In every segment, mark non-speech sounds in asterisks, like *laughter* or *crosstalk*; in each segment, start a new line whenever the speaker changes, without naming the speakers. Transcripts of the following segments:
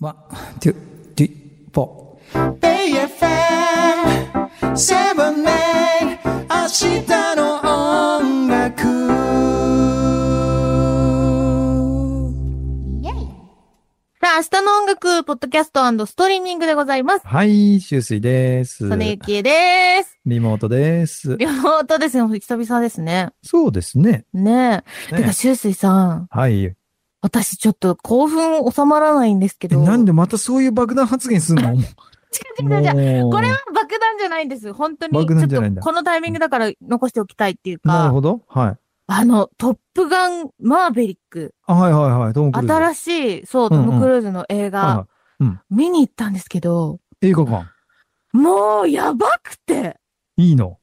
ワン、ツー、ツー、フォ
BFM7 年明日の音楽
さあ、明日の音楽、ポッドキャストストリーミングでございます。
ー。はい、修水です。
曽根ゆきえ
*laughs*
です。
リモートです。
両方ですよ。久々ですね。
そうですね。
ねえ。
ね
てか、しゅうすいさん、
はい。え
私ちょっと興奮収まらないんですけど。
なんでまたそういう爆弾発言すんの
*laughs*
もう
違う違う違うこれは爆弾じゃないんです。本当に。
爆弾じゃないん
ち
だ
ょっとこのタイミングだから残しておきたいっていう
なる
か、
ほど。はい。
あの、トップガンマーベリック、
あ、はいはいはい。トム・クルーズ。
新しい、そう、
う
ト
んうん
ム・クルーズの映画、
は
見に行ったんですけど、
いはい映画館。
もうやばくて
いいの。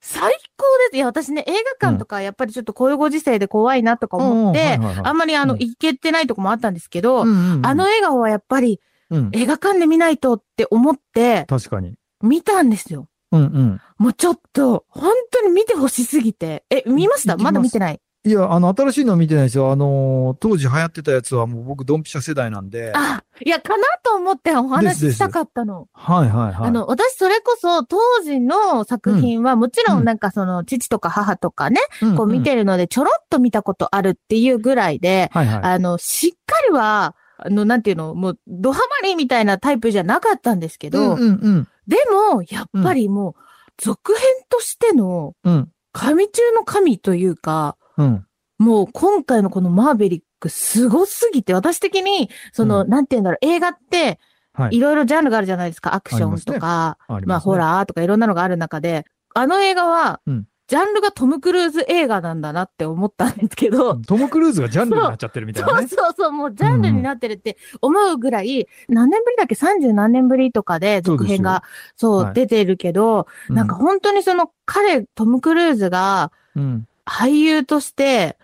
最高です。いや、私ね、映画館とか、やっぱりちょっとこういうご時世で怖いなとか思って、
うんうんはいはいはい
あんまりあの、
うん
行けてないとこもあったんですけど、
うんうん
あの、映画はやっぱり
うん。
映画館で見ないとって思って、
確かに。
見たんですよ。
うんうん。
もうちょっと、本当に見てほしすぎて。え、見ました
いきま
ま
す
だ見てない。
いや、あの、新しいの見てないですよ。あのー、当時流行ってたやつはもう僕、ドンピシャ世代なんで。はい
あ、いや、かなと思ってお話
ですで
し
す
したかったの。
はいはい。
あの、私それこそ当時の作品はもちろ
うん
んなんかその父とか母とかね、
んん
こう見てるのでちょろっと見たことあるっていうぐらいで、
はいはい。
あの、しっかりは、あの、なんていうの、もう、ドハマりみたいなタイプじゃなかったんですけど、
うんうん
でも、やっぱりもう、続編としての、
うん。うん
神中の神というか、
うん。
もう今回のこのマーベリックすごすぎて、私的に、その、
う
なんて言うんだろう、映画って、
はい
いろいろジャンルがあるじゃないですか。アクションとか、
あり
まあ、
ますね
ホラーとかいろんなのがある中で、あの映画は、
うん
ジャンルがトム・クルーズ映画なんだなって思ったんですけど、
トム・クルーズがジャンルになっちゃってるみたいな
そう
ね。
そうそう、もうジャンルになってるって思うぐらい、何年ぶりだっけ ?30 何年ぶりとかで続編が、そう
はい
出てるけど、なんか本当にその彼、トム・クルーズが
うん、
俳優として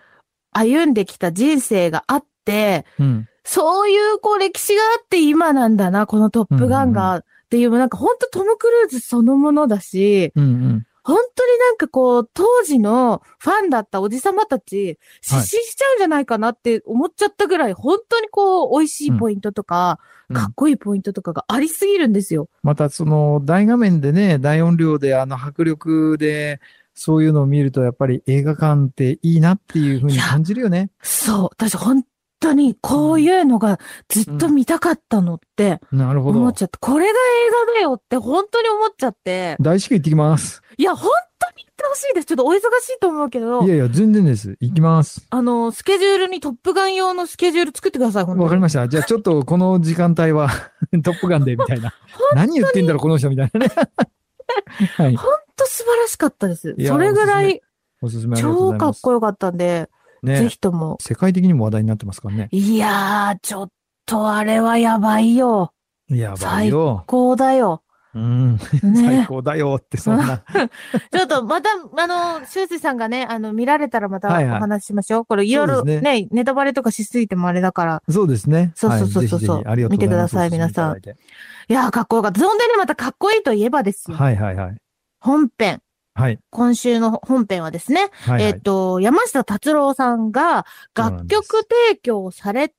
歩んできた人生があって、
うん。
そういうこう歴史があって今なんだな、このトップガンが。っていう、なんか本当トム・クルーズそのものだし、
うん。うん。
本当になんかこう、当時のファンだったおじさまたち、
はい
失神しちゃうんじゃないかなって思っちゃったぐらい、本当にこう、美味しいポイントとか、
うん
かっこいいポイントとかがありすぎるんですよ。
また、その、大画面でね、大音量で、あの、迫力で、そういうのを見ると、やっぱり映画館っていいなっていうふうに感じるよね。
そう。私本当にこういうのがずっと見たかったのって
なるほ
思
ど
っ。ちゃって、これが映画だよって本当に思っちゃって、
大至急行ってきます。
いや、本当に行ってほしいです。ちょっとお忙しいと思うけど
い、やいや、全然です。行きます。
あの、スケジュールにトップガン用のスケジュール作ってください、本当に
わかりました。じゃあ、ちょっとこの時間帯は、 *laughs* トップガンで、みたいな。何言ってんだろう、この人、みたいな
*laughs*
ね。はい。
本当素晴らしかったです
い。や
それぐら
おすす
い
おすすめありがとうご
超
ざい
か
ま
っ
す。
こよかったんで、ぜ
ね。
ひとも。
世界的にも話題になってますからね。
いやー、ちょっとあれはやばいよ。
やばいよ。
こうだよ。
うん。 *laughs* 最
ね。
高だよって、そんな。
ちょっとまた、あの、修士さんがね、あの、見られたらまたお
はいはい
話ししましょう。これいろい
そ
ろ
うです
ね、ネタバレとかしすぎてもあれだから。
そうですね。
そうそうそう
はい
そう
ぜひぜひありがとうございます。
見てください
お勧めただ
いやー、かっこよかった。そんでね、またかっこいいといえばですよ。
てはいはいはい。
本編。
はい。
今週の本編はですね、
はい、は
え
い
っと、山下達郎さんが
そうなん
楽
です
曲提供された、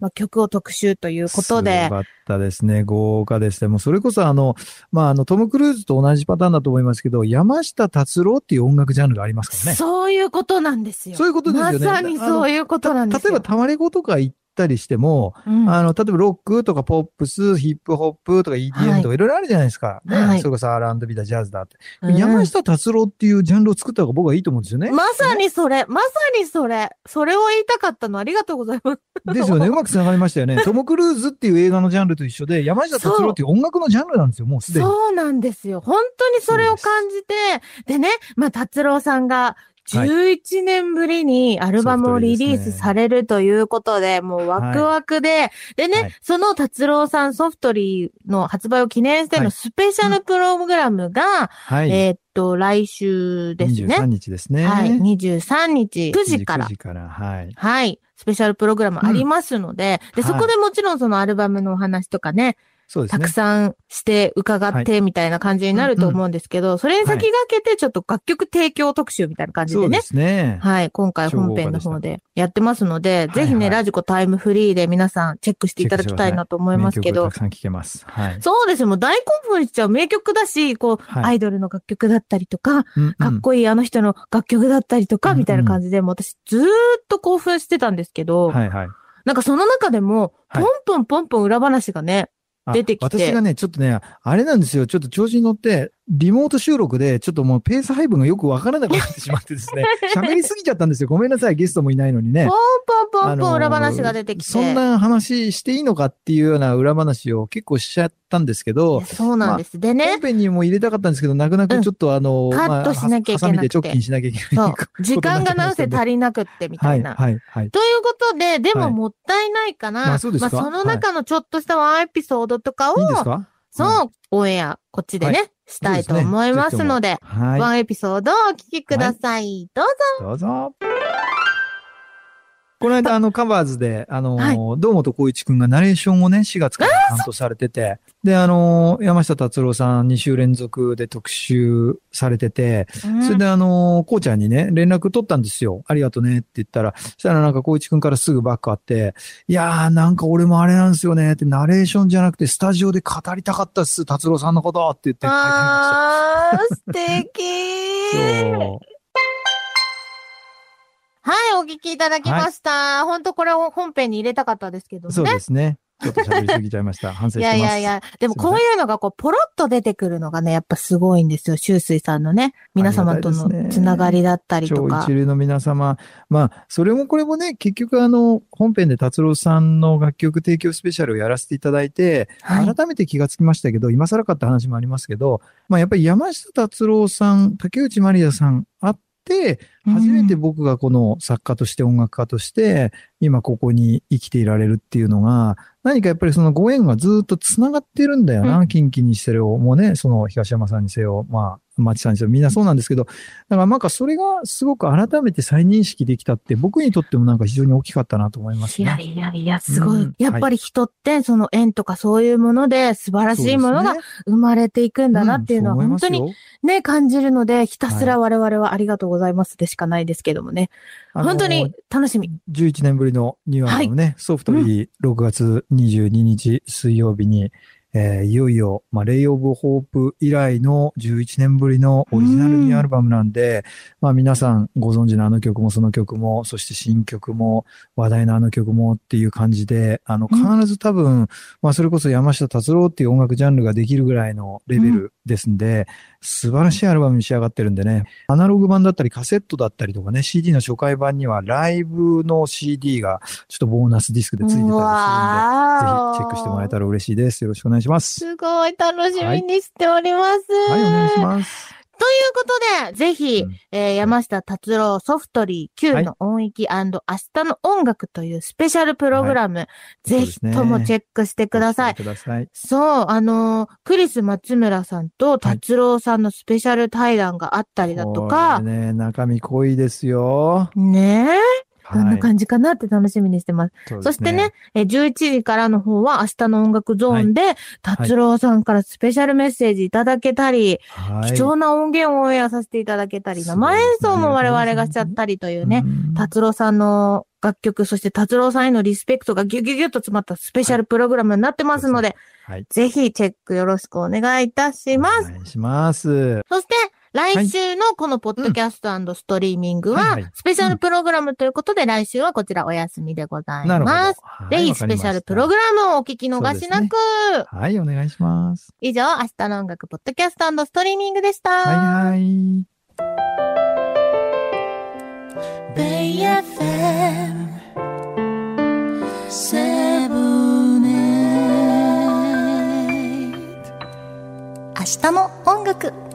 まあ、曲を特集ということで
素晴。らしかったですね。豪華でした。もうそれこそあの、まあ、あの、トム・クルーズと同じパターンだと思いますけど、山下達郎っていう音楽ジャンルがありますからね。
そういうことなんですよ。
そういうことですよね
まさにそういうことなんです
た
よ。
例えば、タマレコとか行ったりしても、
うん、
あの、例えばロックとかポップス、ヒップホップとか EDM とかいろいろあるじゃないですか。ね。
はい
それこそ R&B だ、ジャズだって。
うん
山下達郎っていうジャンルを作った方が僕はいいと思うんですよね。
まさにそれ、まさにそれ、それを言いたかったのありがとうございます。
で
*laughs*
すよね。うまく繋がりましたよね。トム・クルーズっていう映画のジャンルと一緒で、山下達郎っていう音楽のジャンルなんですよ、もうすでに。
そうなんですよ。本当にそれを感じて、でね、まあ、達郎さんが、
はい
11年ぶりにアルバムをリリースされるということで、もうワクワクで、でね、
はい
その達郎さんソフトリーの発売を記念して
は
の
い
スペシャルプログラムが、
はい。
えーっと、来週ですね。
23日ですね。
はい、23日9時から
9。時から、はい。
はい。スペシャルプログラムありますので、
う
で、
ん
そこでもちろんそのアルバムのお話とかね、
そうです
た
ね
く。さんして伺ってみたいな感じになると思うんですけど、それに先駆けてちょっと楽曲提供特集みたいな感じ
そ
で
うで
ね。
すね。
はい。今回本編の方でやってますので、
はい
ぜひ
は
ね、
い
ラジコタイムフリーで皆さんチェックしていただきたいなと思いますけ
名曲が
ど
たく。さん聴けます。はい。
そうですよ。もう大興奮しちゃう名曲だし、こう、
はい
アイドルの楽曲だったりとか、
うんうん
かっこいいあの人の楽曲だったりと
う
か、
んうん
みたいな感じで、もう私ずーっと興奮してたんですけど、
はいはい。
なんかその中でも、
は
ポ
い
ンポンポンポン裏話がね、
あ
出てきて
私がね、ちょっとね、あれなんですよ。ちょっと調子に乗って、リモート収録で、ちょっともうペース配分がよくわからなくなってしまっ
*laughs*
てですね。喋りすぎちゃったんですよ。ごめんなさい。ゲストもいないのにね。
ポンポンポン
あの
ポン
ー
裏話が出てきて。
そんな話していいのかっていうような裏話を結構しちゃったんですけ
い
ど
や、そうなんです。でね
本、編にも入れたかったんですけど、なくな
う
く
ん
ちょっとあの、
カットしなきゃいけなくて
ハサミで直近しなきゃいけない。
そ
こ
う、時間がなんせ足りなくって、みたいな。
はい、はい、はい。
ということで、で
は
も
い
もったいないかな。
あそうですか
まあ、その中のちょっとしたワンエピソードとかを、
いいんですか
そう、オンエア、こっちでね、したいと思いますので、ワ
は
ンエピソードをお聞きください。どうぞ。
い。どうぞ。この間、あの、カバーズで、あのー、
はい
堂本光一くんがナレーションをね、4月から担当されてて、で、あのー、山下達郎さん2週連続で特集されてて、それであのーこうちゃんにね、連絡取ったんですよ。ありがとねって言ったら、そしたらなんかこういちくんからすぐバックあって、いやーなんか俺もあれなんですよねって、ナレーションじゃなくてスタジオで語りたかったっす、達郎さんのことって言って書いてあ
あー、素
りました。
敵
そう
はい、お聞きいただきました。本当これを本編に入れたかったですけど
そう
ね。
ですね。ちょっと喋りすぎちゃい
*laughs*
ました。反省
い
してま
や
す。
いやいや、でも
すいませ
こ
ん
ういうのがこう、ポロッと出てくるのがね、やっぱすごいんですよ。周水さんのね、皆様と
ありがたいです
の
ね
つながりだったりと
超
か
一。流の皆様。まあ、それもこれもね、結局あの、本編で達郎さんの楽曲提供スペシャルをやらせていただいて、
はい
改めて気がつきましたけど、今更かって話もありますけど、まあやっぱり山下達郎さん、竹内まりやさんあって、初めて僕がこの作家として音楽家として、今ここに生きていられるっていうのが、何かやっぱりそのご縁がずっと繋がってるんだよ
う
な。近畿にしてるもうね、その東山さんにせよ、まあ、町さんにせよ、みんなそうなんですけど、だからなんかそれがすごく改めて再認識できたって、僕にとってもなんか非常に大きかったなと思います
いや
ね。
いやいや、すごい。
うん
やっぱり人って、その縁とかそういうもので素晴らしいものが
そうですね
生まれていくんだなっていうのは
うん
本当
そう思います
に
よ
ね、感じるので、ひたすら我々はありがとうございますでしかないですけどもね。
あの
本当に楽しみ。
11年ぶりのニューアルバムね、ソフトリー6月22日水曜日に、えーいよいよ、まあ、レイ・オブ・ホープ以来の11年ぶりのオリジナルニューアルバムなんで、まあ皆さんご存知のあの曲もその曲も、そして新曲も、話題のあの曲もっていう感じで、あの、
う
必
ん
ず多分、まあそれこそ山下達郎っていう音楽ジャンルができるぐらいのレベルですんで、素晴らしいアルバムに仕上がってるんでね、アナログ版だったりカセットだったりとかね、CD の初回版にはライブの CD がちょっとボーナスディスクでついてたりするんで、ぜひチェックしてもらえた
ら。
ら嬉しいです。よろしくお願いします。
すごい楽しみにしております。
はい、お願いし
す。
ます。
ということで、ぜひ、
うん
えー山下達郎ソフトリー Q の音域明日の音楽というスペシャルプログラム、ぜひともチェックしてください。
ください。
そう、あのークリス松村さんと達郎さんのスペシャル対談があったりだとか、
これね、中身濃いですよ。
ねえ、どん
は
ない感じかなって楽しみにしてます。
そうで
そ
す
してね、えー11時からの方は明日の音楽ゾーンで、達郎さんからスペシャルメッセージいただけたり、
はい、
貴重な音源をオンエアさせていただけたり、
そうですね
生演奏も我々がしちゃったりというね、
うん
達郎さんの楽曲、そして達郎さんへのリスペクトがギュギュギュッと詰まったスペシャルプログラムになってますので、
はい。
ぜひチェックよろしくお願いいたします。
お願いします。
そして、来週のこのポッドキャストストリーミング
うんは
はい
はい、
スペシャルプログラムということで、来週はこちらお休みでござい
なるほど。
ます。
はい
ぜひ、スペシャルプログラムをお聞き逃しな
そう
く
で。はい、お願いします。
以上、明日の音楽ポッドキャストストリーミングでした。
はいはい。
Bay FM 7-8
明日も音楽。